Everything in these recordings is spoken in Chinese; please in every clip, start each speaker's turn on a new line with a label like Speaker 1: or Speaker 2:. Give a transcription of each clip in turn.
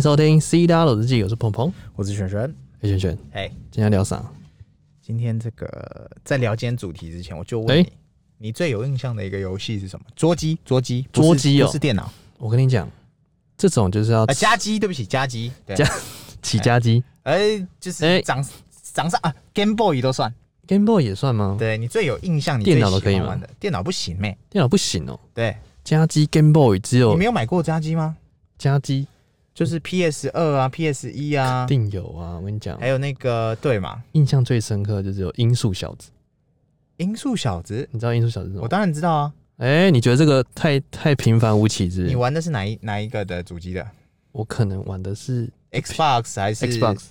Speaker 1: 收听 C W 日记，我是鹏鹏，
Speaker 2: 我是璇璇。
Speaker 1: 哎，轩轩，
Speaker 2: 哎，
Speaker 1: 今天聊啥？
Speaker 2: 今天这个在聊今天主题之前，我就问你，
Speaker 1: 哎
Speaker 2: 你最有印象的一个游戏是什么？桌机，桌机，不是
Speaker 1: 桌机哦
Speaker 2: 不是电脑，
Speaker 1: 我跟你讲，这种就是要
Speaker 2: 啊，夹机，对不起，夹机，对
Speaker 1: 夹，起家机
Speaker 2: 哎，就
Speaker 1: 哎
Speaker 2: 是掌掌上啊，Game Boy 都算。
Speaker 1: ，Game Boy 也算吗？
Speaker 2: 哎对你最有印象，你
Speaker 1: 电脑都
Speaker 2: 最喜
Speaker 1: 可以
Speaker 2: 欢
Speaker 1: 吗
Speaker 2: 玩的电脑不行妹，
Speaker 1: 电脑不行哦，
Speaker 2: 对
Speaker 1: 家机 Game Boy 只
Speaker 2: 你
Speaker 1: 有
Speaker 2: 没有买过夹机吗？
Speaker 1: 家机
Speaker 2: 就是 PS 二啊，PS 一啊，
Speaker 1: 定有啊。我跟你讲
Speaker 2: 还，有那个对嘛，
Speaker 1: 印象最深刻就是有音速小子，
Speaker 2: 音速小子，
Speaker 1: 你知道音速小子是什
Speaker 2: 我
Speaker 1: 么？
Speaker 2: 当然知道啊。
Speaker 1: 哎，你觉得这个太太平凡无奇之
Speaker 2: 你？玩的是哪一哪一个的主机的
Speaker 1: 我可能玩的是
Speaker 2: ？Xbox 还是
Speaker 1: Xbox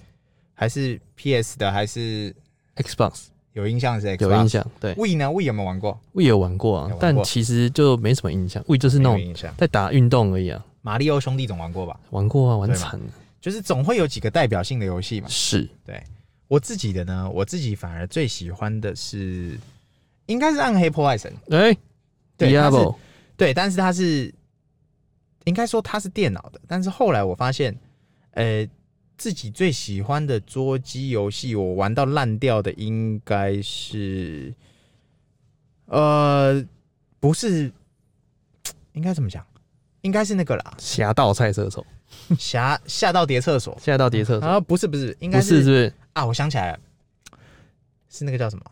Speaker 2: 还是 PS 的还是
Speaker 1: Xbox
Speaker 2: 有印象是 Xbox？
Speaker 1: 有印象，对
Speaker 2: We 呢？We 有没有玩过？
Speaker 1: ，We 有玩过
Speaker 2: 有
Speaker 1: 啊
Speaker 2: 玩，
Speaker 1: 但
Speaker 2: 过
Speaker 1: 其实就没什么印象，We 就是那
Speaker 2: 没有
Speaker 1: 种
Speaker 2: 印象。
Speaker 1: 在打运动而已啊，
Speaker 2: 马里奥兄弟总玩过吧？
Speaker 1: 玩过啊，玩
Speaker 2: 对嘛
Speaker 1: 惨了，
Speaker 2: 就是总会有几个代表性的游戏嘛。
Speaker 1: 是
Speaker 2: 我自己的呢，我自己反而最喜欢的是，应该是暗黑破坏神。
Speaker 1: 哎
Speaker 2: 对它是
Speaker 1: ，Diablo，
Speaker 2: 对，但是它是应该说它是电脑的，但是后来我发现，呃，自己最喜欢的桌机游戏，我玩到烂掉的应该是，呃，不是，应该怎么讲？应该是那个啦
Speaker 1: 侠盗赛车手，
Speaker 2: 侠下到叠厕所
Speaker 1: 侠盗叠车手，
Speaker 2: 啊，不是不是，应该
Speaker 1: 不是是不是？
Speaker 2: 啊，我想起来了，是那个叫什么？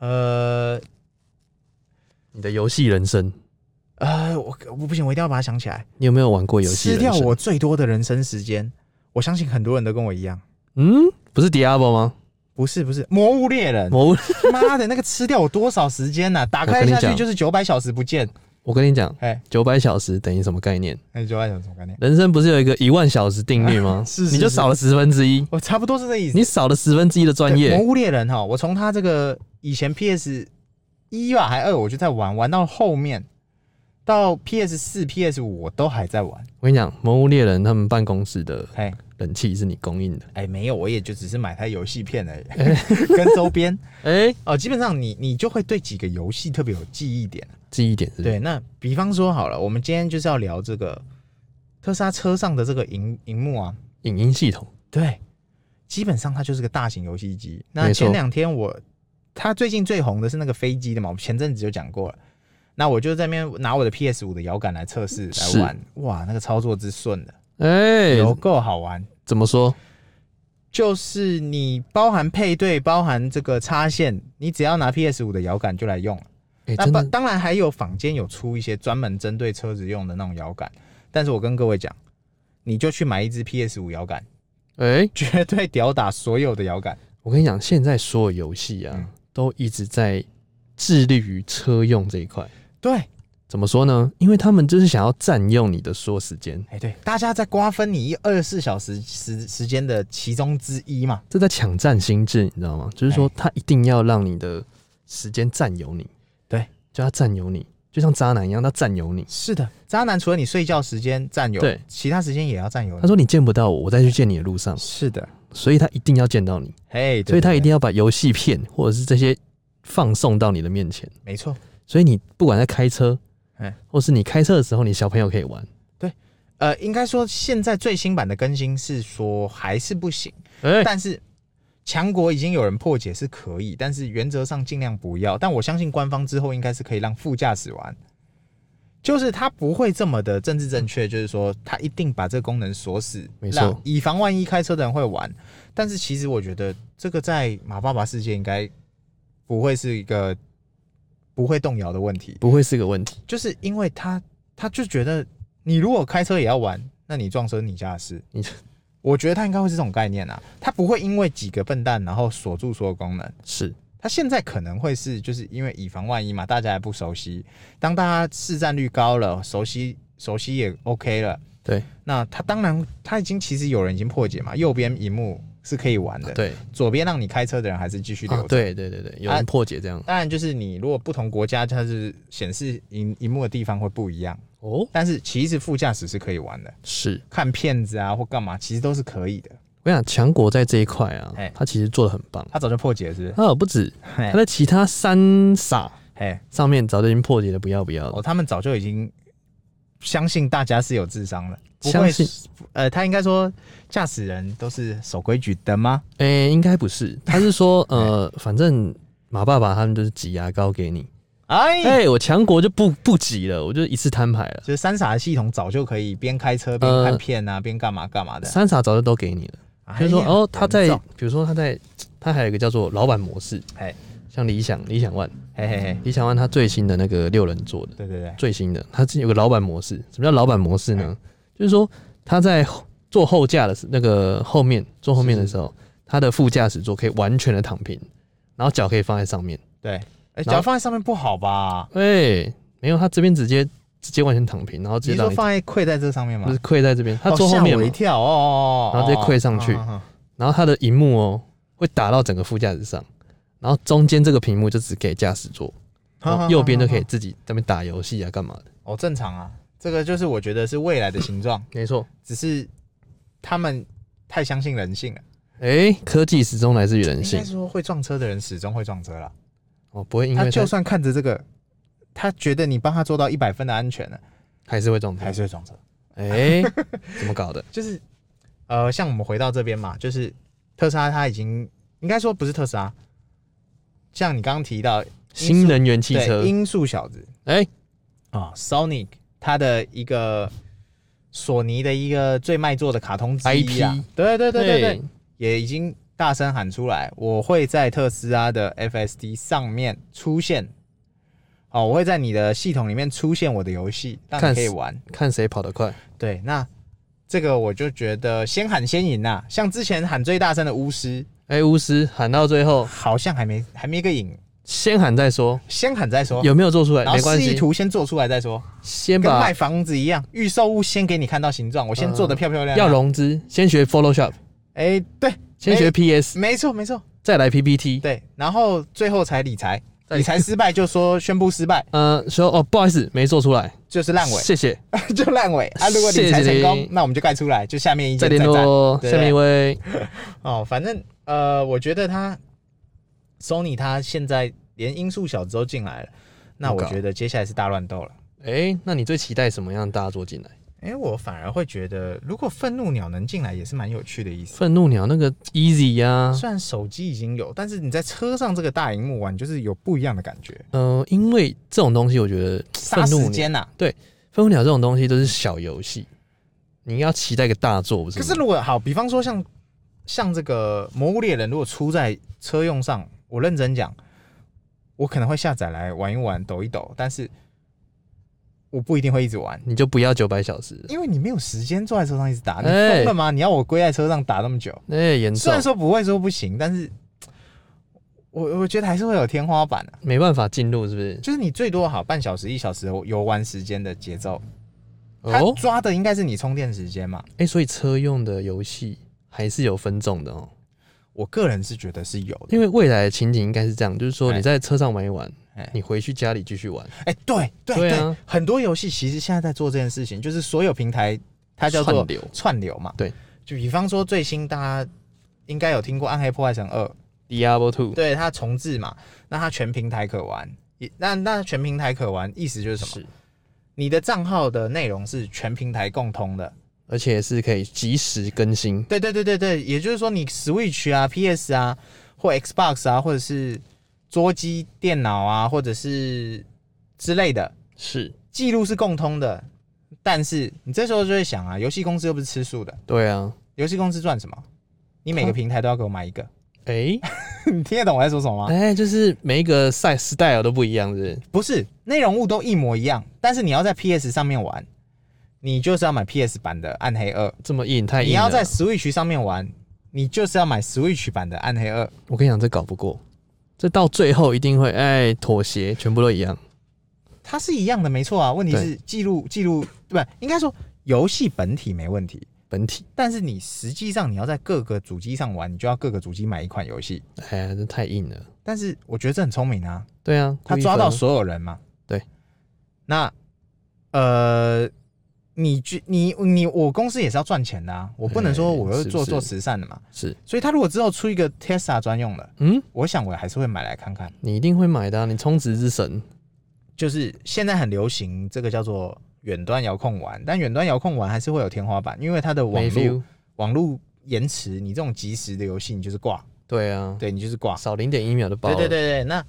Speaker 2: 呃
Speaker 1: 你的游戏人生，
Speaker 2: 呃，我我不行，我一定要把它想起来。
Speaker 1: 你有没有玩过游戏
Speaker 2: 吃
Speaker 1: 人生？
Speaker 2: 掉我最多的人生时间。我相信很多人都跟我一样，
Speaker 1: 嗯，不是 Diablo 吗？
Speaker 2: 不是不是，魔物猎人，
Speaker 1: 魔物，
Speaker 2: 妈的那个吃掉我多少时间呐、打
Speaker 1: 我
Speaker 2: 开
Speaker 1: 跟你
Speaker 2: 下去
Speaker 1: 讲
Speaker 2: 就是九百小时不见，
Speaker 1: 我跟你讲，
Speaker 2: 哎，
Speaker 1: 九百小时等于什么概念？
Speaker 2: 那九百小时什么概念？
Speaker 1: 人生不是有一个一万小时定律吗？
Speaker 2: 是是
Speaker 1: 你就是少了十分之一，
Speaker 2: 我差不多是这意思。
Speaker 1: 你少了十分之一的专
Speaker 2: 对
Speaker 1: 业
Speaker 2: 魔，物猎人哈，我从他这个以前 PS 一吧还二我就在玩，玩到后面到 PS 四、PS 五我都还在玩。
Speaker 1: 我跟你讲，《魔物猎人》他们办公室的
Speaker 2: 哎
Speaker 1: 冷气是你供应的。
Speaker 2: 哎，没有，我也就只是买台游戏片而已， 跟周边
Speaker 1: 哎、
Speaker 2: 哦。基本上你你就会对几个游戏特别有记忆点。
Speaker 1: 记忆点是不是
Speaker 2: 对，那比方说好了，我们今天就是要聊这个特斯拉车上的这个荧荧幕啊，
Speaker 1: 影音系统，
Speaker 2: 对，基本上它就是个大型游戏机。那
Speaker 1: 没错
Speaker 2: 前两天我，它最近最红的是那个飞机的嘛，我们前阵子就讲过了。那我就在那边拿我的 PS 五的摇杆来测试
Speaker 1: 是
Speaker 2: 来玩，哇，那个操作之顺的，
Speaker 1: 哎、
Speaker 2: 有够好玩。
Speaker 1: 怎么说？
Speaker 2: 就是你包含配对，包含这个插线，你只要拿 PS 五的摇杆就来用了。
Speaker 1: 哎、
Speaker 2: 那
Speaker 1: 真
Speaker 2: 当
Speaker 1: 的，
Speaker 2: 当然还有坊间有出一些专门针对车子用的那种摇杆，但是我跟各位讲，你就去买一支 PS 五摇杆，
Speaker 1: 哎、
Speaker 2: 绝对吊打所有的摇杆。
Speaker 1: 我跟你讲，现在所有游戏啊，
Speaker 2: 嗯
Speaker 1: 都一直在致力于车用这一块。
Speaker 2: 对，
Speaker 1: 怎么说呢？因为他们就是想要占用你的说时间，
Speaker 2: 哎对，大家在瓜分你二十四小时时时间的其中之一嘛。
Speaker 1: 这在抢占心智，你知道吗？就是
Speaker 2: 哎
Speaker 1: 说，他一定要让你的时间占有你，
Speaker 2: 对，嗯
Speaker 1: 就他占有你，就像渣男一样，他占有你。
Speaker 2: 是的，渣男除了你睡觉时间占有，
Speaker 1: 对，
Speaker 2: 其他时间也要占有。
Speaker 1: 他说你见不到我，我再去见你的路上，
Speaker 2: 是的，
Speaker 1: 所以他一定要见到你，
Speaker 2: 哎，对
Speaker 1: 所以他
Speaker 2: 对
Speaker 1: 一
Speaker 2: 对
Speaker 1: 定要把游戏片或者是这些放送到你的面前。
Speaker 2: 没错。
Speaker 1: 所以你不管在开车
Speaker 2: 哎，
Speaker 1: 或是你开车的时候，你小朋友可以玩，
Speaker 2: 呃，应该说现在最新版的更新是说还是不行。
Speaker 1: 哎、
Speaker 2: 但是强国已经有人破解是可以，但是原则上尽量不要。但我相信官方之后应该是可以让副驾驶玩，就是他不会这么的政治正确，就是说他一定把这个功能锁死，
Speaker 1: 没错
Speaker 2: 让以防万一开车的人会玩。但是其实我觉得这个在马爸爸世界应该不会是一个不会动摇的问题，
Speaker 1: 不会是个问题。
Speaker 2: 就是因为他他就觉得你如果开车也要玩，那你撞车你家的事。
Speaker 1: 你
Speaker 2: 我觉得他应该会是这种概念啊，他不会因为几个笨蛋然后锁住所有功能。
Speaker 1: 是
Speaker 2: 他现在可能会是就是因为以防万一嘛，大家还不熟悉。当大家市占率高了，熟悉熟悉也 OK 了，
Speaker 1: 对
Speaker 2: 那他当然他已经其实有人已经破解嘛，右边荧幕是可以玩的，，
Speaker 1: 对
Speaker 2: 左边让你开车的人还是继续留
Speaker 1: 啊
Speaker 2: 着。，
Speaker 1: 对对对对，有
Speaker 2: 啊
Speaker 1: 人破解这样、
Speaker 2: 当然就是你如果不同国家，它是显示荧荧幕的地方会不一样，
Speaker 1: 哦，
Speaker 2: 但是其实副驾驶是可以玩的，
Speaker 1: 是。
Speaker 2: 看片子啊或干嘛其实都是可以的。
Speaker 1: 我想强国在这一块啊
Speaker 2: 哎，
Speaker 1: 他其实做的很棒。
Speaker 2: 他早就破解了是不是？
Speaker 1: 他有不止，
Speaker 2: 嘿
Speaker 1: 他在其他三傻
Speaker 2: 嘿
Speaker 1: 上面早就已经破解的不要不要
Speaker 2: 哦，
Speaker 1: 了。
Speaker 2: 他们早就已经相信大家是有智商了，不
Speaker 1: 相
Speaker 2: 会
Speaker 1: 信，
Speaker 2: 呃，他应该说驾驶人都是守规矩的吗？
Speaker 1: 诶、应该不是，他是 说，
Speaker 2: 哎
Speaker 1: 呃，反正马爸爸他们就是挤牙膏给你，
Speaker 2: 哎，
Speaker 1: 哎、我强国就不不挤了，我就一次摊牌了，
Speaker 2: 就是三傻的系统早就可以边开车边看片啊，边干嘛干嘛的。
Speaker 1: 三傻早就都给你了，
Speaker 2: 哎
Speaker 1: 就是说，
Speaker 2: 呀
Speaker 1: 哦，他在
Speaker 2: 人造，
Speaker 1: 比如说他在，他还有一个叫做老板模式，
Speaker 2: 哎
Speaker 1: 像理想理想 ONE，
Speaker 2: 嘿嘿嘿，
Speaker 1: 理想 ONE 它最新的那个六人座的。
Speaker 2: 对对对，
Speaker 1: 最新的，它是有个老板模式。什么叫老板模式呢？就是说他在后坐后驾的时，那个后面坐后面的时候，他的副驾驶座可以完全的躺平，然后脚可以放在上面。
Speaker 2: 对，哎，
Speaker 1: 然后
Speaker 2: 脚放在上面不好吧？
Speaker 1: 哎、没有，他这边直接直接完全躺平，然后直
Speaker 2: 你
Speaker 1: 接
Speaker 2: 说
Speaker 1: 让你
Speaker 2: 放在跪在这上面吗
Speaker 1: 不是？跪在这边，他坐
Speaker 2: 哦
Speaker 1: 后面
Speaker 2: 吓
Speaker 1: 嘛
Speaker 2: 我一跳哦，哦哦
Speaker 1: 然后直接跪上去
Speaker 2: 哦哦哦
Speaker 1: 然后他的荧幕哦会打到整个副驾驶上，然后中间这个屏幕就只给驾驶座，然后右边就可以自己在那边打游戏啊，干嘛的？
Speaker 2: 哦，正常啊，这个就是我觉得是未来的形状，
Speaker 1: 没错，
Speaker 2: 只是他们太相信人性了。
Speaker 1: 哎、科技始终来自于人
Speaker 2: 应
Speaker 1: 性
Speaker 2: 该是说会撞车的人始终会撞车啦。
Speaker 1: 哦，不会因
Speaker 2: 他
Speaker 1: 为
Speaker 2: 就
Speaker 1: 他
Speaker 2: 算看着这个，他觉得你帮他做到一百分的安全了，
Speaker 1: 还是会撞车
Speaker 2: 还。是会撞车。
Speaker 1: 哎、怎么搞的？
Speaker 2: 就是呃，像我们回到这边嘛，就是特斯拉它已经应该说不是特斯拉，像你刚刚提到
Speaker 1: 新能源汽
Speaker 2: 对
Speaker 1: 车，
Speaker 2: 音速小子
Speaker 1: 哎、
Speaker 2: 啊、s o n i c 它的一个索尼的一个最卖座的卡通之一啊
Speaker 1: IP
Speaker 2: 对对对对对
Speaker 1: 嘿，，
Speaker 2: 也已经大声喊出来，我会在特斯拉的 FSD 上面出现。哦，我会在你的系统里面出现我的游戏，让你
Speaker 1: 看
Speaker 2: 可以
Speaker 1: 似
Speaker 2: 玩。
Speaker 1: 看谁跑得快。
Speaker 2: 对，那这个我就觉得先喊先赢呐、啊像之前喊最大声的巫师，
Speaker 1: 哎、巫师喊到最后，
Speaker 2: 好像还没还没个赢，
Speaker 1: 先喊再说，
Speaker 2: 先喊再说，
Speaker 1: 有没有做出来
Speaker 2: 哦然后
Speaker 1: 没关
Speaker 2: 示意
Speaker 1: 系，
Speaker 2: 图先做出来再说，
Speaker 1: 先
Speaker 2: 跟
Speaker 1: 把
Speaker 2: 卖房子一样，预售屋先给你看到形状，我先做的漂漂亮亮。
Speaker 1: 要融资，先学 Photoshop，
Speaker 2: 哎、对，
Speaker 1: 先学 PS，、
Speaker 2: 没错没错，
Speaker 1: 再来 PPT。
Speaker 2: 对，然后最后才理财，
Speaker 1: 再
Speaker 2: 理财失败就说宣布失败，
Speaker 1: 呃，说哦，不好意思，没做出来，
Speaker 2: 就是烂 尾，
Speaker 1: 谢谢，
Speaker 2: 就烂尾啊！如果理
Speaker 1: 谢
Speaker 2: 财
Speaker 1: 谢
Speaker 2: 成
Speaker 1: 你
Speaker 2: 功，那我们就盖出来，就下面一
Speaker 1: 再
Speaker 2: 键
Speaker 1: 联
Speaker 2: 赞赞
Speaker 1: 络
Speaker 2: 对
Speaker 1: 下面一位。
Speaker 2: 哦，反正呃，我觉得他 Sony 他现在连音速小子都进来了，那我
Speaker 1: 搞
Speaker 2: 觉得接下来是大乱斗了。
Speaker 1: 哎、那你最期待什么样的大作进来？
Speaker 2: 哎、我反而会觉得，如果愤怒鸟能进来，也是蛮有趣的意思。
Speaker 1: 愤怒鸟那个 Easy 呀、
Speaker 2: 虽然手机已经有，但是你在车上这个大荧幕玩，就是有不一样的感觉。
Speaker 1: 嗯、因为这种东西，我觉得
Speaker 2: 杀
Speaker 1: 愤怒
Speaker 2: 时
Speaker 1: 鸟、
Speaker 2: 间呐、啊
Speaker 1: 愤怒鸟这种东西都是小游戏，你要期待一个大作，不是
Speaker 2: 可
Speaker 1: 吗？
Speaker 2: 是如果好，比方说像像这个《魔物猎人》，如果出在车用上，我认真讲，我可能会下载来玩一玩、抖一抖，但是我不一定会一直玩。
Speaker 1: 你就不要九百小时了，
Speaker 2: 因为你没有时间坐在车上一直打，你
Speaker 1: 哎
Speaker 2: 疯了吗？你要我跪在车上打那么久？
Speaker 1: 那也严
Speaker 2: 虽
Speaker 1: 重
Speaker 2: 然，说不会说不行，但是我我觉得还是会有天花板的、
Speaker 1: 没办法进入，是不是？
Speaker 2: 就是你最多好半小时、一小时游玩时间的节奏，它
Speaker 1: 哦，
Speaker 2: 抓的应该是你充电时间嘛。
Speaker 1: 哎、所以车用的游戏还是有分众的哦，
Speaker 2: 我个人是觉得是有的。
Speaker 1: 因为未来的情景应该是这样，就是说
Speaker 2: 哎
Speaker 1: 你在车上玩一玩，
Speaker 2: 哎
Speaker 1: 你回去家里继续玩，
Speaker 2: 哎、对对
Speaker 1: 对啊
Speaker 2: 很多游戏其实现在在做这件事情，就是所有平台它叫做
Speaker 1: 串流
Speaker 2: 串流嘛。
Speaker 1: 对，
Speaker 2: 就比方说最新大家应该有听过《暗黑破坏神二》，
Speaker 1: Diablo Two
Speaker 2: 对它重置嘛，那它全平台可玩。也那那全平台可玩，意思就是什么？
Speaker 1: 是，
Speaker 2: 你的账号的内容是全平台共通的。
Speaker 1: 而且是可以及时更新，
Speaker 2: 对对对对对，也就是说你 Switch 啊、PS 啊，或 Xbox 啊，或者是桌机、电脑啊，或者是之类的，
Speaker 1: 是
Speaker 2: 记录是共通的。但是你这时候就会想啊，游戏公司又不是吃素的，
Speaker 1: 对啊，
Speaker 2: 游戏公司赚什么？你每个平台都要给我买一个，
Speaker 1: 哎、
Speaker 2: 你听得懂我在说什么吗？
Speaker 1: 哎、就是每一个赛 style 都不一样，是不是？
Speaker 2: 不是，内容物都一模一样，但是你要在 PS 上面玩，你就是要买 PS 版的《暗黑二》，
Speaker 1: 这么硬太硬
Speaker 2: 你
Speaker 1: 了，
Speaker 2: 要在 Switch 上面玩，你就是要买 Switch 版的《暗黑二》。
Speaker 1: 我跟你讲，这搞不过，这到最后一定会哎、妥协，全部都一样，
Speaker 2: 它是一样的，没错啊。问题是记录记录，对吧？应该说游戏本体没问题，
Speaker 1: 本体，
Speaker 2: 但是你实际上你要在各个主机上玩，你就要各个主机买一款游戏。
Speaker 1: 哎、呀，这太硬了，
Speaker 2: 但是我觉得这很聪明啊，
Speaker 1: 对啊，
Speaker 2: 他
Speaker 1: 故意
Speaker 2: 抓到
Speaker 1: 分
Speaker 2: 所有人嘛。
Speaker 1: 对，
Speaker 2: 那呃，你去你你我公司也是要赚钱的啊，我不能说
Speaker 1: 哎
Speaker 2: 我又
Speaker 1: 是不
Speaker 2: 做
Speaker 1: 是
Speaker 2: 做慈善的嘛。
Speaker 1: 是。
Speaker 2: 所以他如果之后出一个 Tesla 专用的，
Speaker 1: 嗯，
Speaker 2: 我想我还是会买来看看。
Speaker 1: 你一定会买的、啊，你充值之神
Speaker 2: 就是现在很流行这个叫做远端遥控玩，但远端遥控玩还是会有天花板，因为它的网
Speaker 1: 没
Speaker 2: 络
Speaker 1: feel。
Speaker 2: 网络延迟，你这种即时的游戏你就是挂，
Speaker 1: 对啊，
Speaker 2: 对你就是挂。
Speaker 1: 少零点一秒就爆
Speaker 2: 对
Speaker 1: 了。
Speaker 2: 对对对，那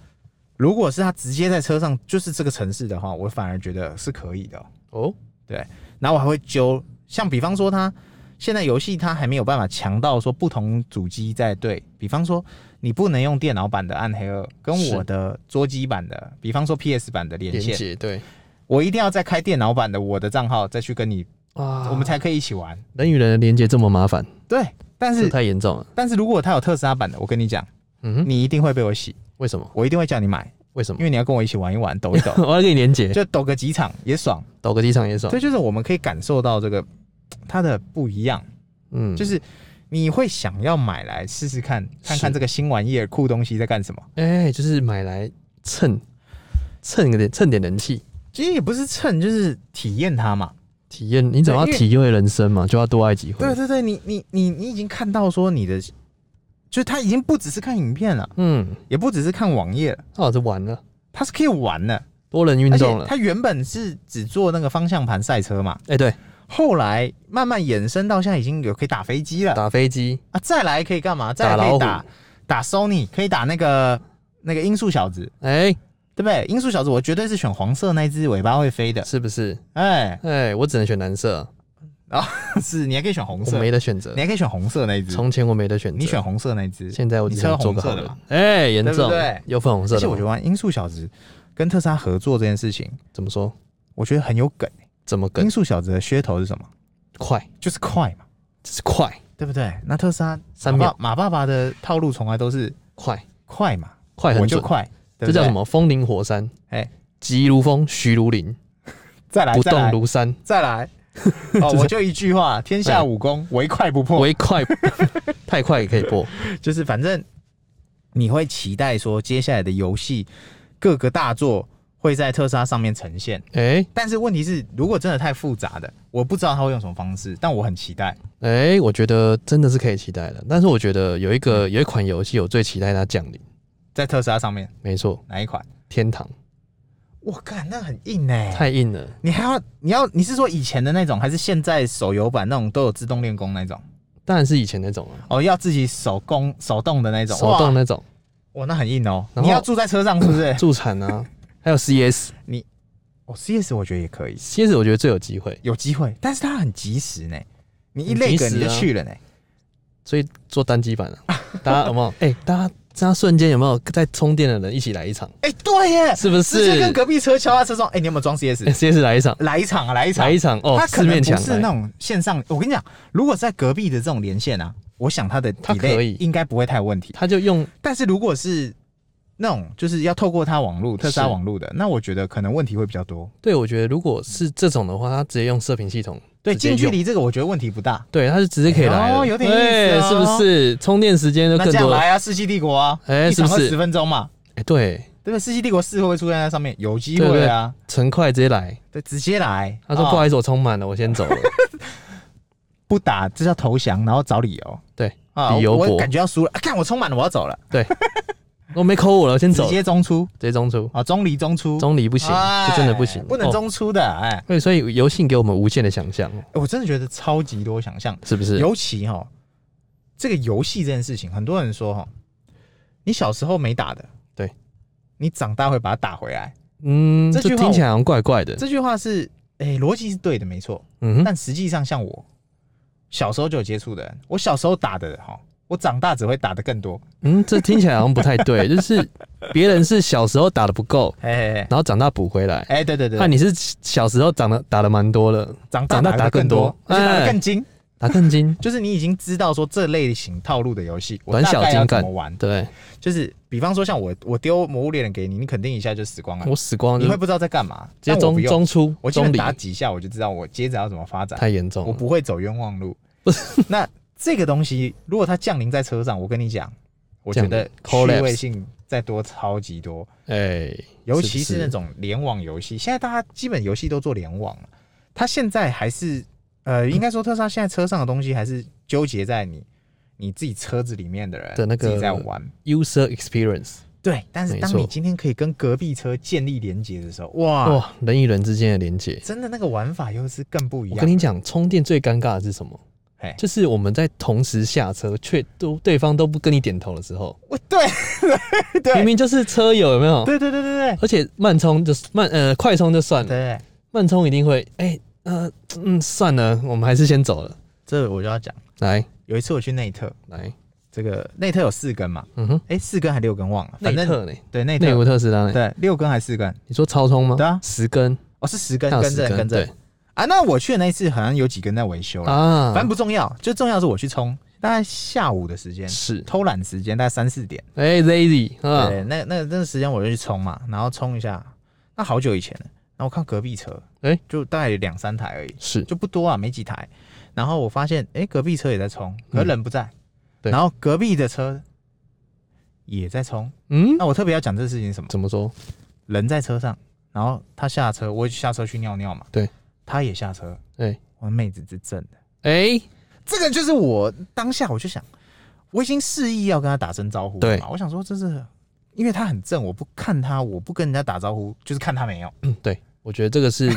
Speaker 2: 如果是他直接在车上，就是这个城市的话，我反而觉得是可以的哦、
Speaker 1: 哦，
Speaker 2: 然后我还会揪，像比方说他现在游戏它还没有办法强到说不同主机在对，比方说你不能用电脑版的暗黑二跟
Speaker 1: 是
Speaker 2: 我的桌机版的，比方说 PS 版的连
Speaker 1: 连
Speaker 2: 线，
Speaker 1: 接对
Speaker 2: 我一定要再开电脑版的我的账号再去跟你，
Speaker 1: 啊
Speaker 2: 我们才可以一起玩。
Speaker 1: 人与人的连接这么麻烦，
Speaker 2: 对，但
Speaker 1: 这
Speaker 2: 是
Speaker 1: 太严重了。
Speaker 2: 但是如果他有特斯拉版的，我跟你讲，
Speaker 1: 嗯哼，
Speaker 2: 你一定会被我洗，
Speaker 1: 为什么？
Speaker 2: 我一定会叫你买，
Speaker 1: 为什么，
Speaker 2: 因？为你要跟我一起玩一玩，抖一 抖
Speaker 1: 我要跟你连接，
Speaker 2: 就抖个几场也爽。
Speaker 1: 抖个机场也爽
Speaker 2: 这。就是我们可以感受到这个它的不一样，
Speaker 1: 嗯，
Speaker 2: 就是你会想要买来试试看，看看
Speaker 1: 是
Speaker 2: 这个新玩意儿、酷东西在干什么。
Speaker 1: 哎、就是买来蹭蹭个点蹭点人气，
Speaker 2: 其实也不是蹭，就是体验它嘛。
Speaker 1: 体验你总要
Speaker 2: 对因为
Speaker 1: 体会人生嘛，就要多爱几回。
Speaker 2: 对对对，你你你你已经看到说你的，就是它已经不只是看影片了，
Speaker 1: 嗯，
Speaker 2: 也不只是看网页了，
Speaker 1: 那我就哦完了，
Speaker 2: 它是可以玩的。
Speaker 1: 多人运
Speaker 2: 而
Speaker 1: 动
Speaker 2: 且
Speaker 1: 了。
Speaker 2: 它原本是只做那个方向盘赛车嘛，
Speaker 1: 哎、对，
Speaker 2: 后来慢慢衍生到现在已经有可以打飞机了。
Speaker 1: 打飞机，
Speaker 2: 啊，再来可以干嘛？再来可以
Speaker 1: 打
Speaker 2: 打
Speaker 1: 老
Speaker 2: 打 Sony，可以打那个那个音速小子，
Speaker 1: 哎、
Speaker 2: 对不对？音速小子我绝对是选黄色那一只尾巴会飞的，
Speaker 1: 是不是？
Speaker 2: 哎，
Speaker 1: 哎、我只能选蓝色，
Speaker 2: 是你还可以选红
Speaker 1: 我
Speaker 2: 色，
Speaker 1: 没得选择
Speaker 2: 你。还可以选红色那一只，
Speaker 1: 从前我没得选择，
Speaker 2: 你选红色那一只。
Speaker 1: 现在我只想做个好
Speaker 2: 你车红色的
Speaker 1: 人
Speaker 2: 吧。
Speaker 1: 哎、严重，
Speaker 2: 对不对
Speaker 1: 有粉红色
Speaker 2: 而
Speaker 1: 的
Speaker 2: 且
Speaker 1: 吗，
Speaker 2: 我觉得玩音速小子跟特斯拉合作这件事情，
Speaker 1: 怎么说？
Speaker 2: 我觉得很有梗。
Speaker 1: 怎么
Speaker 2: 音
Speaker 1: 更
Speaker 2: 速小子的噱头是什么？
Speaker 1: 快？
Speaker 2: 就是快嘛，
Speaker 1: 这是快，
Speaker 2: 对不对？那特斯拉
Speaker 1: 三
Speaker 2: 马
Speaker 1: 秒
Speaker 2: 爸马爸爸的套路从来都是
Speaker 1: 快，
Speaker 2: 快嘛，
Speaker 1: 快
Speaker 2: 我
Speaker 1: 很
Speaker 2: 就
Speaker 1: 准。
Speaker 2: 快，
Speaker 1: 这
Speaker 2: 对不
Speaker 1: 叫
Speaker 2: 对
Speaker 1: 什？么？风林火山，
Speaker 2: 哎，
Speaker 1: 急如风，徐如林，
Speaker 2: 再来
Speaker 1: 不
Speaker 2: 再来
Speaker 1: 动如山，
Speaker 2: 再来，哦，我就一句话：天下武功，
Speaker 1: 哎
Speaker 2: 唯快不破。
Speaker 1: 唯 快，太快也可以播。
Speaker 2: 就是反正你会期待说，接下来的游戏各个大作会在特斯拉上面呈现。
Speaker 1: 哎、
Speaker 2: 但是问题是，如果真的太复杂的，我不知道他会用什么方式，但我很期待。
Speaker 1: 哎、我觉得真的是可以期待的。但是我觉得有一个有一款游戏，我最期待它降临。
Speaker 2: 在特斯拉上面
Speaker 1: 没错，
Speaker 2: 哪一款？
Speaker 1: 天堂
Speaker 2: 我干，那很硬哎、
Speaker 1: 太硬了，
Speaker 2: 你还要你要你是说以前的那种，还是现在手游版那种都有自动练功那种？
Speaker 1: 当然是以前那种了，
Speaker 2: 哦，要自己手工手动的那种。
Speaker 1: 手动
Speaker 2: 哇
Speaker 1: 那种
Speaker 2: 哇，那很硬哦。
Speaker 1: 然后？
Speaker 2: 你要住在车上是不是
Speaker 1: 助产啊， 还有 CS，CS
Speaker 2: 哦，CS 我觉得也可以。
Speaker 1: 我觉得最有机会，
Speaker 2: 有机会，但是它很及时啊呢。你一
Speaker 1: 很
Speaker 2: 累
Speaker 1: 及
Speaker 2: 梗
Speaker 1: 时
Speaker 2: 你就
Speaker 1: 啊
Speaker 2: 去了呢，
Speaker 1: 所以做单机版啊，大家有没有？ 哎、大家大家瞬间有没有在充电的人一起来一场？
Speaker 2: 哎、对耶，
Speaker 1: 是不
Speaker 2: 直接
Speaker 1: 是
Speaker 2: 跟隔壁车敲他车窗，哎、你有没有装 CS？、
Speaker 1: 哎？CS 来一场，
Speaker 2: 来一场啊，来一场
Speaker 1: 来，一场哦
Speaker 2: 他，
Speaker 1: 四
Speaker 2: 可能
Speaker 1: 面
Speaker 2: 不
Speaker 1: 墙
Speaker 2: 是那
Speaker 1: 来，
Speaker 2: 种线上，我跟你讲，如果在隔壁的这种连线啊，我想他的
Speaker 1: 它可以
Speaker 2: delay 应该不会太有问题。
Speaker 1: 他就用
Speaker 2: 但是如果是那种就是要透过他网络特斯拉
Speaker 1: 是
Speaker 2: 网络的，那我觉得可能问题会比较多。
Speaker 1: 对，我觉得如果是这种的话，他直接用射频系统，
Speaker 2: 对，
Speaker 1: 直接
Speaker 2: 近距
Speaker 1: 用
Speaker 2: 离这个我觉得问题不大。
Speaker 1: 对，他就直接可以来了，
Speaker 2: 哎呦有点意思
Speaker 1: 对
Speaker 2: 哦
Speaker 1: 是不是？充电时间就
Speaker 2: 那
Speaker 1: 更
Speaker 2: 这样
Speaker 1: 多了，
Speaker 2: 来啊，《世纪帝国》啊，
Speaker 1: 哎
Speaker 2: 一场
Speaker 1: 是不是
Speaker 2: 二十分钟嘛，
Speaker 1: 哎，对，
Speaker 2: 对不对？《世纪帝国四》会不会出现在上面？有机
Speaker 1: 对不
Speaker 2: 会
Speaker 1: 对
Speaker 2: 啊，
Speaker 1: 陈快直接来，
Speaker 2: 对，直接来。
Speaker 1: 他说
Speaker 2: 啊
Speaker 1: 不好意思，我充满了，我先走 了，
Speaker 2: 不打，这叫投降，然后找理由。
Speaker 1: 对
Speaker 2: 啊，
Speaker 1: 理由
Speaker 2: 我
Speaker 1: 博
Speaker 2: 我感觉要输了，啊，看我充满了，我要走了，
Speaker 1: 对，我没扣我了，我先走
Speaker 2: 直
Speaker 1: 了，直
Speaker 2: 接中出
Speaker 1: 接中出，
Speaker 2: 啊，中离中出，
Speaker 1: 中离不
Speaker 2: 不
Speaker 1: 行，就真的不行，
Speaker 2: 哎不能
Speaker 1: 哦。
Speaker 2: 中出的，哎，
Speaker 1: 对，所以游戏给我们无限的想象，
Speaker 2: 我真的觉得超级多想象，
Speaker 1: 是不是？
Speaker 2: 尤其哈，这个游戏这件事情，很多人说哈，你小时候没打的，
Speaker 1: 对，
Speaker 2: 你长大会把它打回来，
Speaker 1: 嗯，
Speaker 2: 这
Speaker 1: 这
Speaker 2: 句话
Speaker 1: 听起来好像怪怪的。
Speaker 2: 这句话是，哎，逻辑是对的，没错，
Speaker 1: 嗯哼，
Speaker 2: 但实际上像我小时候就有接触的人，我小时候打的哈，我长大只会打的更多，
Speaker 1: 嗯，这听起来好像不太对， 就是别人是小时候打的不够，
Speaker 2: 哎哎
Speaker 1: 然后长大补回来。
Speaker 2: 哎，哎对对对
Speaker 1: 那、，你是小时候长得打的蛮多了，
Speaker 2: 长
Speaker 1: 长大
Speaker 2: 打
Speaker 1: 打
Speaker 2: 得
Speaker 1: 得
Speaker 2: 更
Speaker 1: 更多
Speaker 2: 而且打得
Speaker 1: 哎
Speaker 2: 更精。
Speaker 1: 打更精，
Speaker 2: 就是你已经知道说这类型套路的游戏，我
Speaker 1: 短
Speaker 2: 大
Speaker 1: 小
Speaker 2: 概
Speaker 1: 精
Speaker 2: 要怎
Speaker 1: 干
Speaker 2: 么玩。
Speaker 1: 对，
Speaker 2: 就是比方说像我，我丢《魔物猎人》给你，你肯定一下就死光了，
Speaker 1: 我死光了
Speaker 2: 你
Speaker 1: 就
Speaker 2: 会不知道在干嘛。
Speaker 1: 嗯直接
Speaker 2: 但我不
Speaker 1: 中
Speaker 2: 用，
Speaker 1: 中出
Speaker 2: 我基
Speaker 1: 中
Speaker 2: 本
Speaker 1: 离，
Speaker 2: 打几下我就知道我接着要怎么发展，
Speaker 1: 太严重
Speaker 2: 我
Speaker 1: 了。
Speaker 2: 不会走冤枉路。那这个东西如果它降临在车上，我跟你讲，我觉得趣
Speaker 1: 降临
Speaker 2: 味性再多超级多。
Speaker 1: 哎，
Speaker 2: 尤其
Speaker 1: 是
Speaker 2: 是
Speaker 1: 不是
Speaker 2: 那种联网游戏，现在大家基本游戏都做联网了。它现在还是呃，应该说特斯拉现在车上的东西还是纠结在你你自己车子里面的人
Speaker 1: 的那个
Speaker 2: 自己在玩。
Speaker 1: user experience
Speaker 2: 对，但是
Speaker 1: 没
Speaker 2: 当
Speaker 1: 错
Speaker 2: 你今天可以跟隔壁车建立连接的时候，哇，
Speaker 1: 哇，人与人之间的连接。
Speaker 2: 真的那个玩法又是更不一
Speaker 1: 我
Speaker 2: 样。
Speaker 1: 跟你讲，充电最尴尬的是什么
Speaker 2: 嘿？
Speaker 1: 就是我们在同时下车，却都对方都不跟你点头的时候，
Speaker 2: 我对对
Speaker 1: 明明就是车友，有没有？
Speaker 2: 对对对对对
Speaker 1: 而且慢充就是慢呃快充就算
Speaker 2: 对
Speaker 1: 了，
Speaker 2: 对，
Speaker 1: 慢充一定会哎、呃嗯算了，我们还是先走了。
Speaker 2: 这我就要讲。
Speaker 1: 来
Speaker 2: 有一次我去内特，
Speaker 1: 来，
Speaker 2: 这个内特有四根嘛，
Speaker 1: 嗯哼，
Speaker 2: 哎，四根还六根忘了，
Speaker 1: 内
Speaker 2: 反正
Speaker 1: 特呢？
Speaker 2: 对内
Speaker 1: 内
Speaker 2: 特
Speaker 1: 湖特斯拉呢？
Speaker 2: 对六根还是四根？
Speaker 1: 你说超充吗？
Speaker 2: 对啊
Speaker 1: 十根，
Speaker 2: 哦，是十根，
Speaker 1: 它有
Speaker 2: 跟
Speaker 1: 十
Speaker 2: 正跟正
Speaker 1: 对
Speaker 2: 啊。那我去的那一次好像有几根在维修了，
Speaker 1: 啊，
Speaker 2: 反正不重要，最重要是我去充，大概下午的时间，
Speaker 1: 是
Speaker 2: 偷懒时间大概三四点。
Speaker 1: 哎 Lazy 啊，
Speaker 2: 对，那那那个时间我就去冲嘛，然后冲一下。那好久以前了，然后我看隔壁车，
Speaker 1: 哎
Speaker 2: 就大概有两三台而已，
Speaker 1: 是
Speaker 2: 就不多啊，没几台。然后我发现，哎、隔壁车也在冲，可是人不在。
Speaker 1: 嗯对
Speaker 2: 然后隔壁的车也在冲。
Speaker 1: 嗯，
Speaker 2: 那我特别要讲这事情是什么？
Speaker 1: 怎么说？
Speaker 2: 人在车上，然后他下车，我下车去尿尿嘛。
Speaker 1: 对。
Speaker 2: 他也下车。
Speaker 1: 哎
Speaker 2: 我妹子是正的，
Speaker 1: 哎，
Speaker 2: 这个就是我当下我就想，我已经示意要跟他打声招呼了
Speaker 1: 对
Speaker 2: 嘛，我想说这是因为他很正，我不看他，我不跟人家打招呼，就是看他没有，
Speaker 1: 嗯对，我觉得这个 是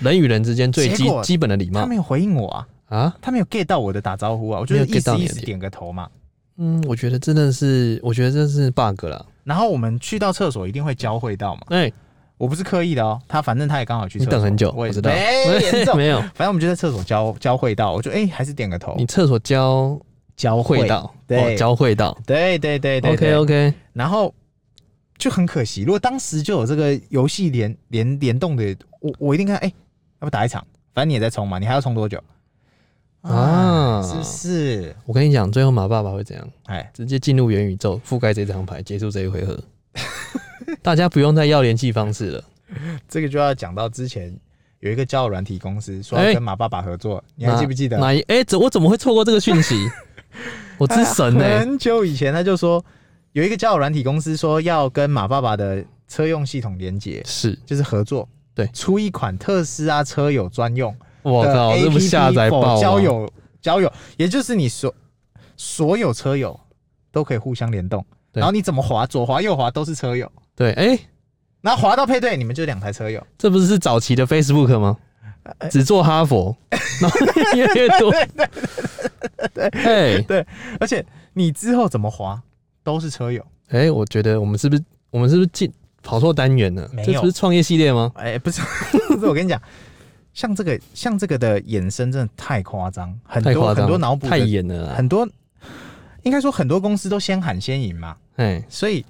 Speaker 1: 人与人之间最基
Speaker 2: 结果
Speaker 1: 基本的礼
Speaker 2: 他
Speaker 1: 貌
Speaker 2: 没有回应我啊，
Speaker 1: 啊。
Speaker 2: 他没有 get 到我的打招呼啊，我就是
Speaker 1: 没有
Speaker 2: 意
Speaker 1: get 到
Speaker 2: 思
Speaker 1: 你
Speaker 2: 意
Speaker 1: 的
Speaker 2: 思
Speaker 1: 点
Speaker 2: 点个头嘛。
Speaker 1: 嗯，我觉得真的是，我觉得这是 bug 了。
Speaker 2: 然后我们去到厕所一定会交汇到嘛，
Speaker 1: 哎，
Speaker 2: 我不是刻意的哦，他反正他也刚好去厕
Speaker 1: 你
Speaker 2: 所，
Speaker 1: 等很久，我
Speaker 2: 我也
Speaker 1: 知道，
Speaker 2: 没严 重，
Speaker 1: 没有，
Speaker 2: 反正我们就在厕所交交汇到，我就哎、还是点个头
Speaker 1: 你，厕所交
Speaker 2: 交
Speaker 1: 会，到，
Speaker 2: 对
Speaker 1: 哦交汇到
Speaker 2: 对对对对
Speaker 1: ，OK
Speaker 2: 对
Speaker 1: OK，
Speaker 2: 然后就很可惜，如果当时就有这个游戏联联联动的，我我一定看，哎、要不打一场？反正你也在冲嘛，你还要冲多久
Speaker 1: 啊
Speaker 2: 是不是？
Speaker 1: 我跟你讲，最后马爸爸会怎样？
Speaker 2: 哎，
Speaker 1: 直接进入元宇宙，覆盖这张牌，结束这一回合。 大家不用再要联系方式了，
Speaker 2: 这个就要讲到之前有一个交友软体公司说
Speaker 1: 哎
Speaker 2: 要跟马爸爸合作，你还记不记得？
Speaker 1: 哪一？哎、怎我怎么会错过这个讯 息？我之神欸呢、
Speaker 2: 哎呀很久以前他就说有一个交友软体公司说要跟马爸爸的车用系统连接，
Speaker 1: 是，
Speaker 2: 就是合作，
Speaker 1: 对
Speaker 2: 出一款特斯拉车友专用。
Speaker 1: 我
Speaker 2: 的
Speaker 1: 靠，这不
Speaker 2: APP
Speaker 1: 下载
Speaker 2: 否
Speaker 1: 爆啊
Speaker 2: 交
Speaker 1: 吗？
Speaker 2: 友交友，也就是你所所有车友都可以互相联动，
Speaker 1: 对
Speaker 2: 然后你怎么滑，左滑右滑都是车友，
Speaker 1: 对，哎、
Speaker 2: 然后滑到配对，你们就两台车友。
Speaker 1: 这不是早期的 Facebook 吗？只做哈佛，然后越来越多。哎
Speaker 2: 而且你之后怎么滑都是车友，
Speaker 1: 哎、我觉得我们是不是我们是不是进跑错单元了
Speaker 2: 没？有
Speaker 1: 这不是创业系列吗？
Speaker 2: 哎、不是， 不是我跟你讲。像这个像这个的衍生真的太夸张，很
Speaker 1: 太
Speaker 2: 多
Speaker 1: 夸张了，
Speaker 2: 很多脑补
Speaker 1: 太
Speaker 2: 的，
Speaker 1: 严了啦。
Speaker 2: 很多应该说很多公司都先喊先赢嘛，
Speaker 1: 哎，
Speaker 2: 所以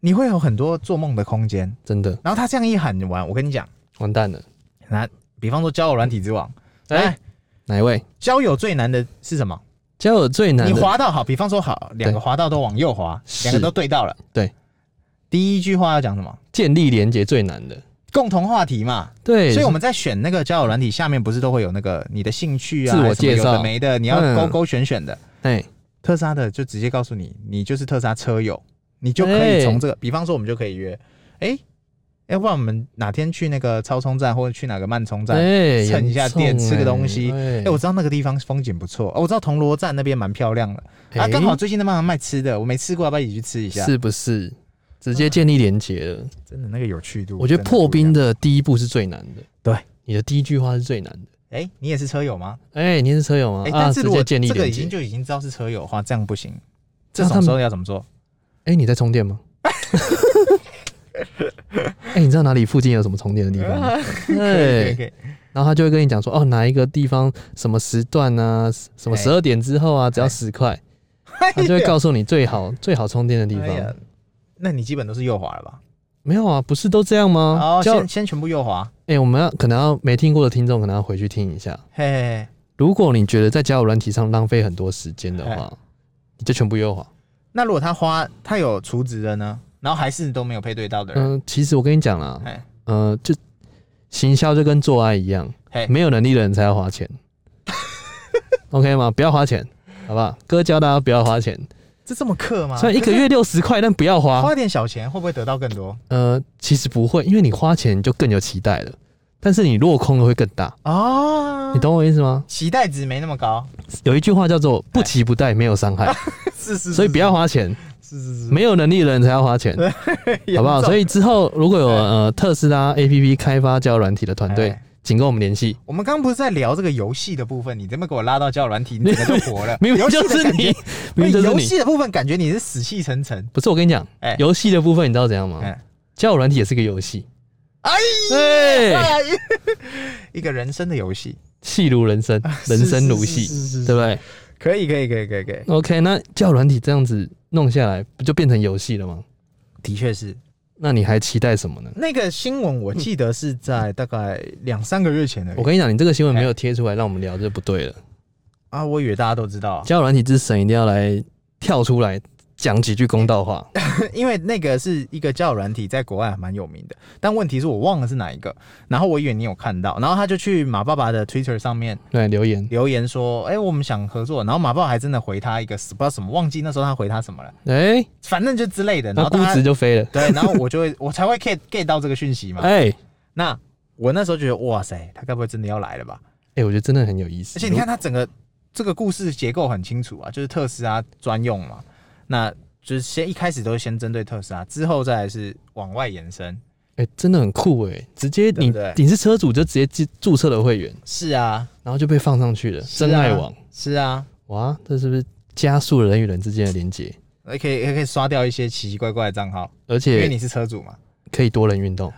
Speaker 2: 你会有很多做梦的空间。
Speaker 1: 真的
Speaker 2: 然后他这样一喊完，我跟你讲，
Speaker 1: 完蛋了。
Speaker 2: 那比方说交友软体之王，
Speaker 1: 哎、
Speaker 2: 哎，
Speaker 1: 哪一位？
Speaker 2: 交友最难的是什么？
Speaker 1: 交友最难
Speaker 2: 你
Speaker 1: 的
Speaker 2: 滑到好，比方说好，两个滑道都往右滑，
Speaker 1: 是
Speaker 2: 两个都对到了。
Speaker 1: 对，
Speaker 2: 第一句话要讲什么？
Speaker 1: 建立连接最难的，
Speaker 2: 共同话题嘛。
Speaker 1: 对，
Speaker 2: 所以我们在选那个交友软体下面，不是都会有那个你的兴趣啊，
Speaker 1: 自我介绍
Speaker 2: 什么有的没的，你要
Speaker 1: 嗯
Speaker 2: 勾勾选选的。
Speaker 1: 哎
Speaker 2: 特斯拉的就直接告诉你，你就是特斯拉车友，你就可以从这个，比方说我们就可以约，哎、要不然我们哪天去那个超充站，或者去哪个慢充站？哎、
Speaker 1: 哎
Speaker 2: 蹭一下店吃个东西
Speaker 1: 哎，
Speaker 2: 我知道那个地方风景不错，哦，我知道铜锣站那边蛮漂亮的，
Speaker 1: 哎
Speaker 2: 啊，刚好最近在慢慢卖吃的，我没吃过，要不要一起去吃一下？
Speaker 1: 是不是直接建立连接了？
Speaker 2: 真的那个有趣度，
Speaker 1: 我觉得破冰
Speaker 2: 真的
Speaker 1: 的第一步是最难的，
Speaker 2: 对，
Speaker 1: 你的第一句话是最难的。
Speaker 2: 不一样。哎、你也是车友吗？
Speaker 1: 哎，你是车友吗
Speaker 2: 哎、？
Speaker 1: 啊，
Speaker 2: 但是
Speaker 1: 直
Speaker 2: 如
Speaker 1: 接
Speaker 2: 果
Speaker 1: 建立
Speaker 2: 这个
Speaker 1: 连
Speaker 2: 已经
Speaker 1: 接。
Speaker 2: 就已经知道是车友的话，这样不行。这
Speaker 1: 那他
Speaker 2: 种
Speaker 1: 们
Speaker 2: 时候要怎么做？
Speaker 1: 哎，你在充电 吗？哎，你知道哪里附近有什么充电的地方 吗？
Speaker 2: 对 可以
Speaker 1: 对
Speaker 2: 可， 以，
Speaker 1: 然后他就会跟你讲说，哦，哪一个地方什么时段啊，什么
Speaker 2: 哎
Speaker 1: 十二点之后啊，只要
Speaker 2: 哎
Speaker 1: 十 块，
Speaker 2: 他
Speaker 1: 他就会告诉你最好最好充电的地
Speaker 2: 哎
Speaker 1: 方。
Speaker 2: 那你基本都是右滑了吧？
Speaker 1: 没有啊，不是都这样吗？
Speaker 2: 哦，
Speaker 1: 交
Speaker 2: 先先全部右滑，
Speaker 1: 哎、我们要可能要没听过的听众可能要回去听一下。
Speaker 2: 嘿嘿，嘿
Speaker 1: 如果你觉得在交友软体上浪费很多时间的话，
Speaker 2: 哎
Speaker 1: 你就全部优化。
Speaker 2: 那如果他花他有除值的呢，然后还是都没有配对到的人，
Speaker 1: 嗯、其实我跟你讲啦，
Speaker 2: 哎、
Speaker 1: 呃，就行销就跟做爱一样
Speaker 2: 嘿，
Speaker 1: 没有能力的人才要花 钱，OK 吗？不要花钱，好不好？哥教大家不要花钱，
Speaker 2: 这这么克吗？
Speaker 1: 虽然一个
Speaker 2: 可是
Speaker 1: 月啊六十块，但不要花。
Speaker 2: 花点小钱会不会得到更多？
Speaker 1: 呃，其实不会，因为你花钱你就更有期待了，但是你落空的会更大，
Speaker 2: 哦
Speaker 1: 你，懂我意思吗？
Speaker 2: 期待 值没那么高，
Speaker 1: 有一句话叫做“不期不待，没有伤害”，
Speaker 2: 是是是
Speaker 1: 所以不要花钱，
Speaker 2: 是是是，
Speaker 1: 没有能力的人才要花钱，好不好？所
Speaker 2: 以
Speaker 1: 以之后如果有呃特斯拉 APP 开发交友软体的团队
Speaker 2: 哎，
Speaker 1: 请跟我们联系。
Speaker 2: 我们刚刚不是在聊这个游戏的部分，你这么给我拉到交友软体，你整个就火
Speaker 1: 。
Speaker 2: 了
Speaker 1: 明明
Speaker 2: 游戏
Speaker 1: 就
Speaker 2: 的
Speaker 1: 是
Speaker 2: 感
Speaker 1: 你
Speaker 2: 觉，
Speaker 1: 明明就
Speaker 2: 对
Speaker 1: 是
Speaker 2: 游
Speaker 1: 你。
Speaker 2: 戏的部分，感觉你是死气沉沉。
Speaker 1: 不是我跟你讲
Speaker 2: 哎，
Speaker 1: 游戏的部分你知道怎样吗
Speaker 2: 哎？
Speaker 1: 交友软体也是个游戏，
Speaker 2: 哎
Speaker 1: 哎，
Speaker 2: 呀， 一个人生的游戏，
Speaker 1: 戏如人生，人生如
Speaker 2: 是
Speaker 1: 戏，
Speaker 2: 是是是
Speaker 1: 对不对
Speaker 2: 可以可以可以可以可以，
Speaker 1: ？OK，那交友软体这样子弄下来，不就变成游戏了吗？
Speaker 2: 的确是。
Speaker 1: 那你还期待什么呢？
Speaker 2: 那个新闻我记得是在大概两三个月前的
Speaker 1: 我跟你讲，你这个新闻没有贴出来，让我们聊就不对了。
Speaker 2: 啊，我以为大家都知道啊，
Speaker 1: 交友软体之神一定要来跳出来讲几句公道话。
Speaker 2: 因为那个是一个交友软体，在国外还蛮有名的，但问题是我忘了是哪一个。然后我以为你有看到，然后他就去马爸爸的 Twitter 上面
Speaker 1: 对，留言，
Speaker 2: 留言说：“哎、我们想合作。”然后马爸爸还真的回他一个不知道什么，忘记那时候他回他什么了，
Speaker 1: 哎、
Speaker 2: 反正就之类的。然
Speaker 1: 那
Speaker 2: 后
Speaker 1: 估
Speaker 2: 他
Speaker 1: 值就飞了。
Speaker 2: 对，然后我就会我才会 get get 到这个讯息嘛。
Speaker 1: 哎、哎、
Speaker 2: 那我那时候觉得哇塞，他该不会真的要来了吧？
Speaker 1: 哎我觉得真的很有意思。
Speaker 2: 而且你看，他整个这个故事结构很清楚啊，就是特斯拉专用嘛，那就是先一开始都是先针对特斯拉，之后再来是往外延伸。
Speaker 1: 哎、真的很酷哎、直接你
Speaker 2: 对不对
Speaker 1: 你是车主就直接注注册了会员，
Speaker 2: 是啊，
Speaker 1: 然后就被放上去了。
Speaker 2: 是啊
Speaker 1: 真爱网，
Speaker 2: 是啊，
Speaker 1: 哇，这是不是加速了人与人之间的连接？
Speaker 2: 也可以也可以刷掉一些奇奇怪怪的账号，
Speaker 1: 而
Speaker 2: 因为
Speaker 1: 且
Speaker 2: 你是车主嘛。
Speaker 1: 可以多人运动，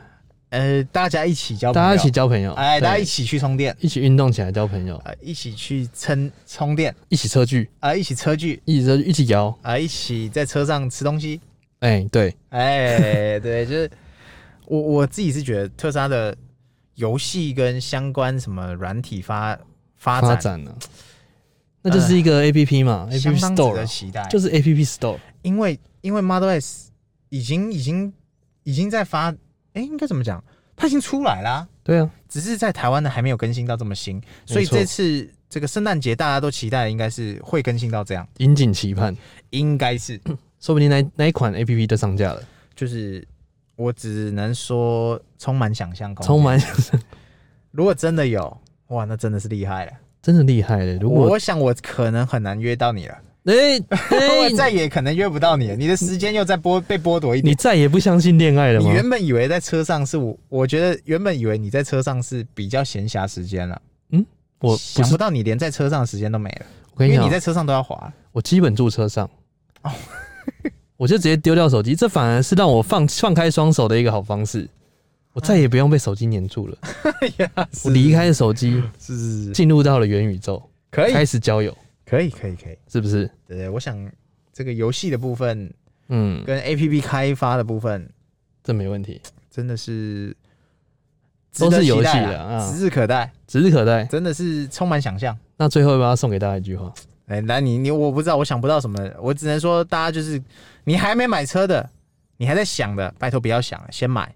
Speaker 2: 呃，大家一起交朋
Speaker 1: 大
Speaker 2: 友，
Speaker 1: 家一起交朋友，
Speaker 2: 哎，
Speaker 1: 对
Speaker 2: 大家一起去充电，
Speaker 1: 一起运动起来交朋友，
Speaker 2: 呃，一起去撑充电，
Speaker 1: 一起车距，
Speaker 2: 啊、一起车距，
Speaker 1: 一起车一起摇，
Speaker 2: 啊、一起在车上吃东西，
Speaker 1: 哎、对，
Speaker 2: 哎，对，就是我我自己是觉得特斯拉的游戏跟相关什么软体发发
Speaker 1: 发
Speaker 2: 展哎
Speaker 1: 展了、那就是一个 A P P 嘛、a P
Speaker 2: 相
Speaker 1: P
Speaker 2: 当值
Speaker 1: Store
Speaker 2: 得
Speaker 1: 啊
Speaker 2: 期待，
Speaker 1: 就
Speaker 2: 就是
Speaker 1: 是 A P P Store，
Speaker 2: 因为因为 Model S 已经已经已经在发，哎，应该怎么讲？它已经出来啦、
Speaker 1: 对啊，
Speaker 2: 只是在台湾的还没有更新到这么新，所以
Speaker 1: 错
Speaker 2: 这次这个圣诞节大家都期待的应该是会更新到这样，
Speaker 1: 引颈期盼，
Speaker 2: 应该是
Speaker 1: 说不定那那一款 A P P 就上架了，
Speaker 2: 就是我只能说充满想象空间，
Speaker 1: 充满
Speaker 2: 如果真的有哇，那真的是厉害了。
Speaker 1: 真的厉害嘞！如果
Speaker 2: 我想我可能很难约到你了，
Speaker 1: 哎、
Speaker 2: 我
Speaker 1: 哎
Speaker 2: 再也可能约不到你了，你的时间又在剥被剥夺一
Speaker 1: 你
Speaker 2: 点。
Speaker 1: 再也不相信恋爱了
Speaker 2: 你
Speaker 1: 吗？
Speaker 2: 原本以为在车上是我，我觉得原本以为你在车上是比较闲暇时间了，
Speaker 1: 我不
Speaker 2: 想
Speaker 1: 是
Speaker 2: 不，到你连在车上的时间都没了，
Speaker 1: 我跟
Speaker 2: 因
Speaker 1: 你
Speaker 2: 为
Speaker 1: 讲
Speaker 2: 你，在车上都要滑。
Speaker 1: 我基本住车上，
Speaker 2: 哦
Speaker 1: 我就直接丢掉手机，这反而是让我放放开双手的一个好方式。我再也
Speaker 2: 嗯
Speaker 1: 不用被手机黏住 了，
Speaker 2: 哎
Speaker 1: 我离开手机，
Speaker 2: 是是是，
Speaker 1: 进入到了元宇宙，
Speaker 2: 可以
Speaker 1: 开始交友，
Speaker 2: 可以可以可以，
Speaker 1: 是不是？
Speaker 2: 对对，我想这个游戏的部分
Speaker 1: 嗯，
Speaker 2: 跟 A P P 开发的部分
Speaker 1: 这没问题，
Speaker 2: 真的是值
Speaker 1: 都
Speaker 2: 得
Speaker 1: 是游
Speaker 2: 期
Speaker 1: 戏
Speaker 2: 待
Speaker 1: 的
Speaker 2: 啊，
Speaker 1: 啊
Speaker 2: 指，日可待，
Speaker 1: 指日可待。
Speaker 2: 真的是充满想象。
Speaker 1: 那最后要不要送给大家一句话？
Speaker 2: 哎、那你你我不知道，我想不到什么，我只能说大家就是你还没买车的，你还在想的，拜托不要想了，先买。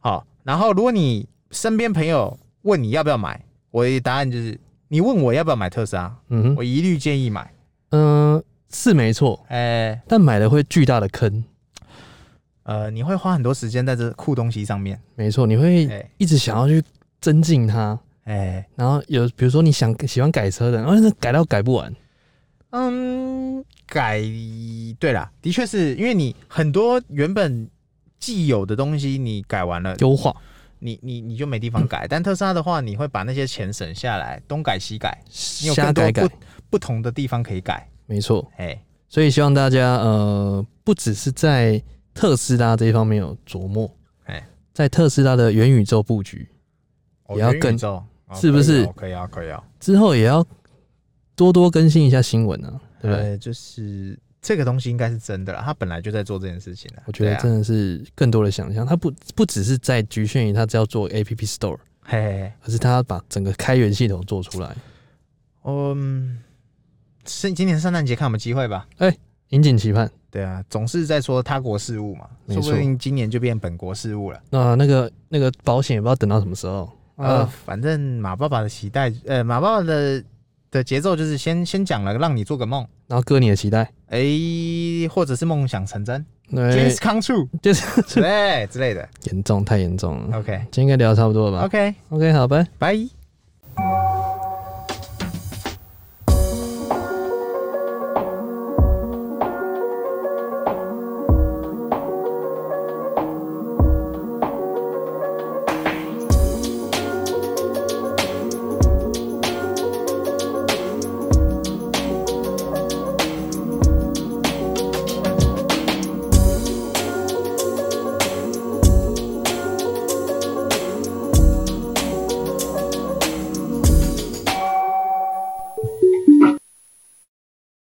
Speaker 2: 好，然后如果你身边朋友问你要不要买，我的答案就是你问我要不要买特斯拉，
Speaker 1: 嗯
Speaker 2: 我
Speaker 1: 哼，
Speaker 2: 一律建议买。
Speaker 1: 嗯、是没错，
Speaker 2: 哎、
Speaker 1: 但买了会巨大的坑。
Speaker 2: 呃，你会花很多时间在这酷东西上面。
Speaker 1: 没错，你
Speaker 2: 哎
Speaker 1: 会一直想要去增进它，
Speaker 2: 哎、
Speaker 1: 然后有比如说你想喜欢改车的，然后那改到改不完，
Speaker 2: 嗯，改对啦，的确是因为你很多原本既有的东西你改完了，
Speaker 1: 优化
Speaker 2: 你你你就没地方改。但特斯拉的话，你会把那些钱省下来，东改西改，你有
Speaker 1: 瞎
Speaker 2: 更多
Speaker 1: 改
Speaker 2: 不
Speaker 1: 改，
Speaker 2: 不同的地方可以改。
Speaker 1: 没错。
Speaker 2: 哎，
Speaker 1: 所以希望大家呃，不只是在特斯拉这一方面有琢磨
Speaker 2: 哎，
Speaker 1: 在特斯拉的元宇宙布局
Speaker 2: 哦
Speaker 1: 也要
Speaker 2: 元宇
Speaker 1: 更
Speaker 2: 宙哦
Speaker 1: 是不是
Speaker 2: 可以啊，可以啊，
Speaker 1: 之后，也要多多更新一下新闻啊，
Speaker 2: 可
Speaker 1: 对
Speaker 2: 以啊
Speaker 1: 不对？
Speaker 2: 呃，就是这个东西应该是真的了，他本来就在做这件事情了。
Speaker 1: 我觉得
Speaker 2: 对啊
Speaker 1: 真的是更多的想象，它不不只是在局限于它只要做 A P P Store，
Speaker 2: 嘿嘿，嘿
Speaker 1: 而是它把整个开源系统做出来。
Speaker 2: 嗯，是今年圣诞节看有没有机会吧。
Speaker 1: 引颈期盼。
Speaker 2: 对啊，总是在说他国事务嘛，
Speaker 1: 没
Speaker 2: 说
Speaker 1: 错
Speaker 2: 不定今年就变本国事务了。
Speaker 1: 那、那个那个保险也不知道等到什么时候。
Speaker 2: 呃，
Speaker 1: 啊，
Speaker 2: 反正马爸爸的期待，呃，马爸爸的的节奏就是先先讲了，让你做个梦。
Speaker 1: 然后割你的脐带，
Speaker 2: 哎、或者是梦想成真、d r e a m
Speaker 1: 对
Speaker 2: s，come true，
Speaker 1: 就是
Speaker 2: 对之类的。
Speaker 1: 严重太严重了。
Speaker 2: OK
Speaker 1: 今天应该聊得差不多了吧
Speaker 2: OK，
Speaker 1: ？OK，好，拜。
Speaker 2: 拜。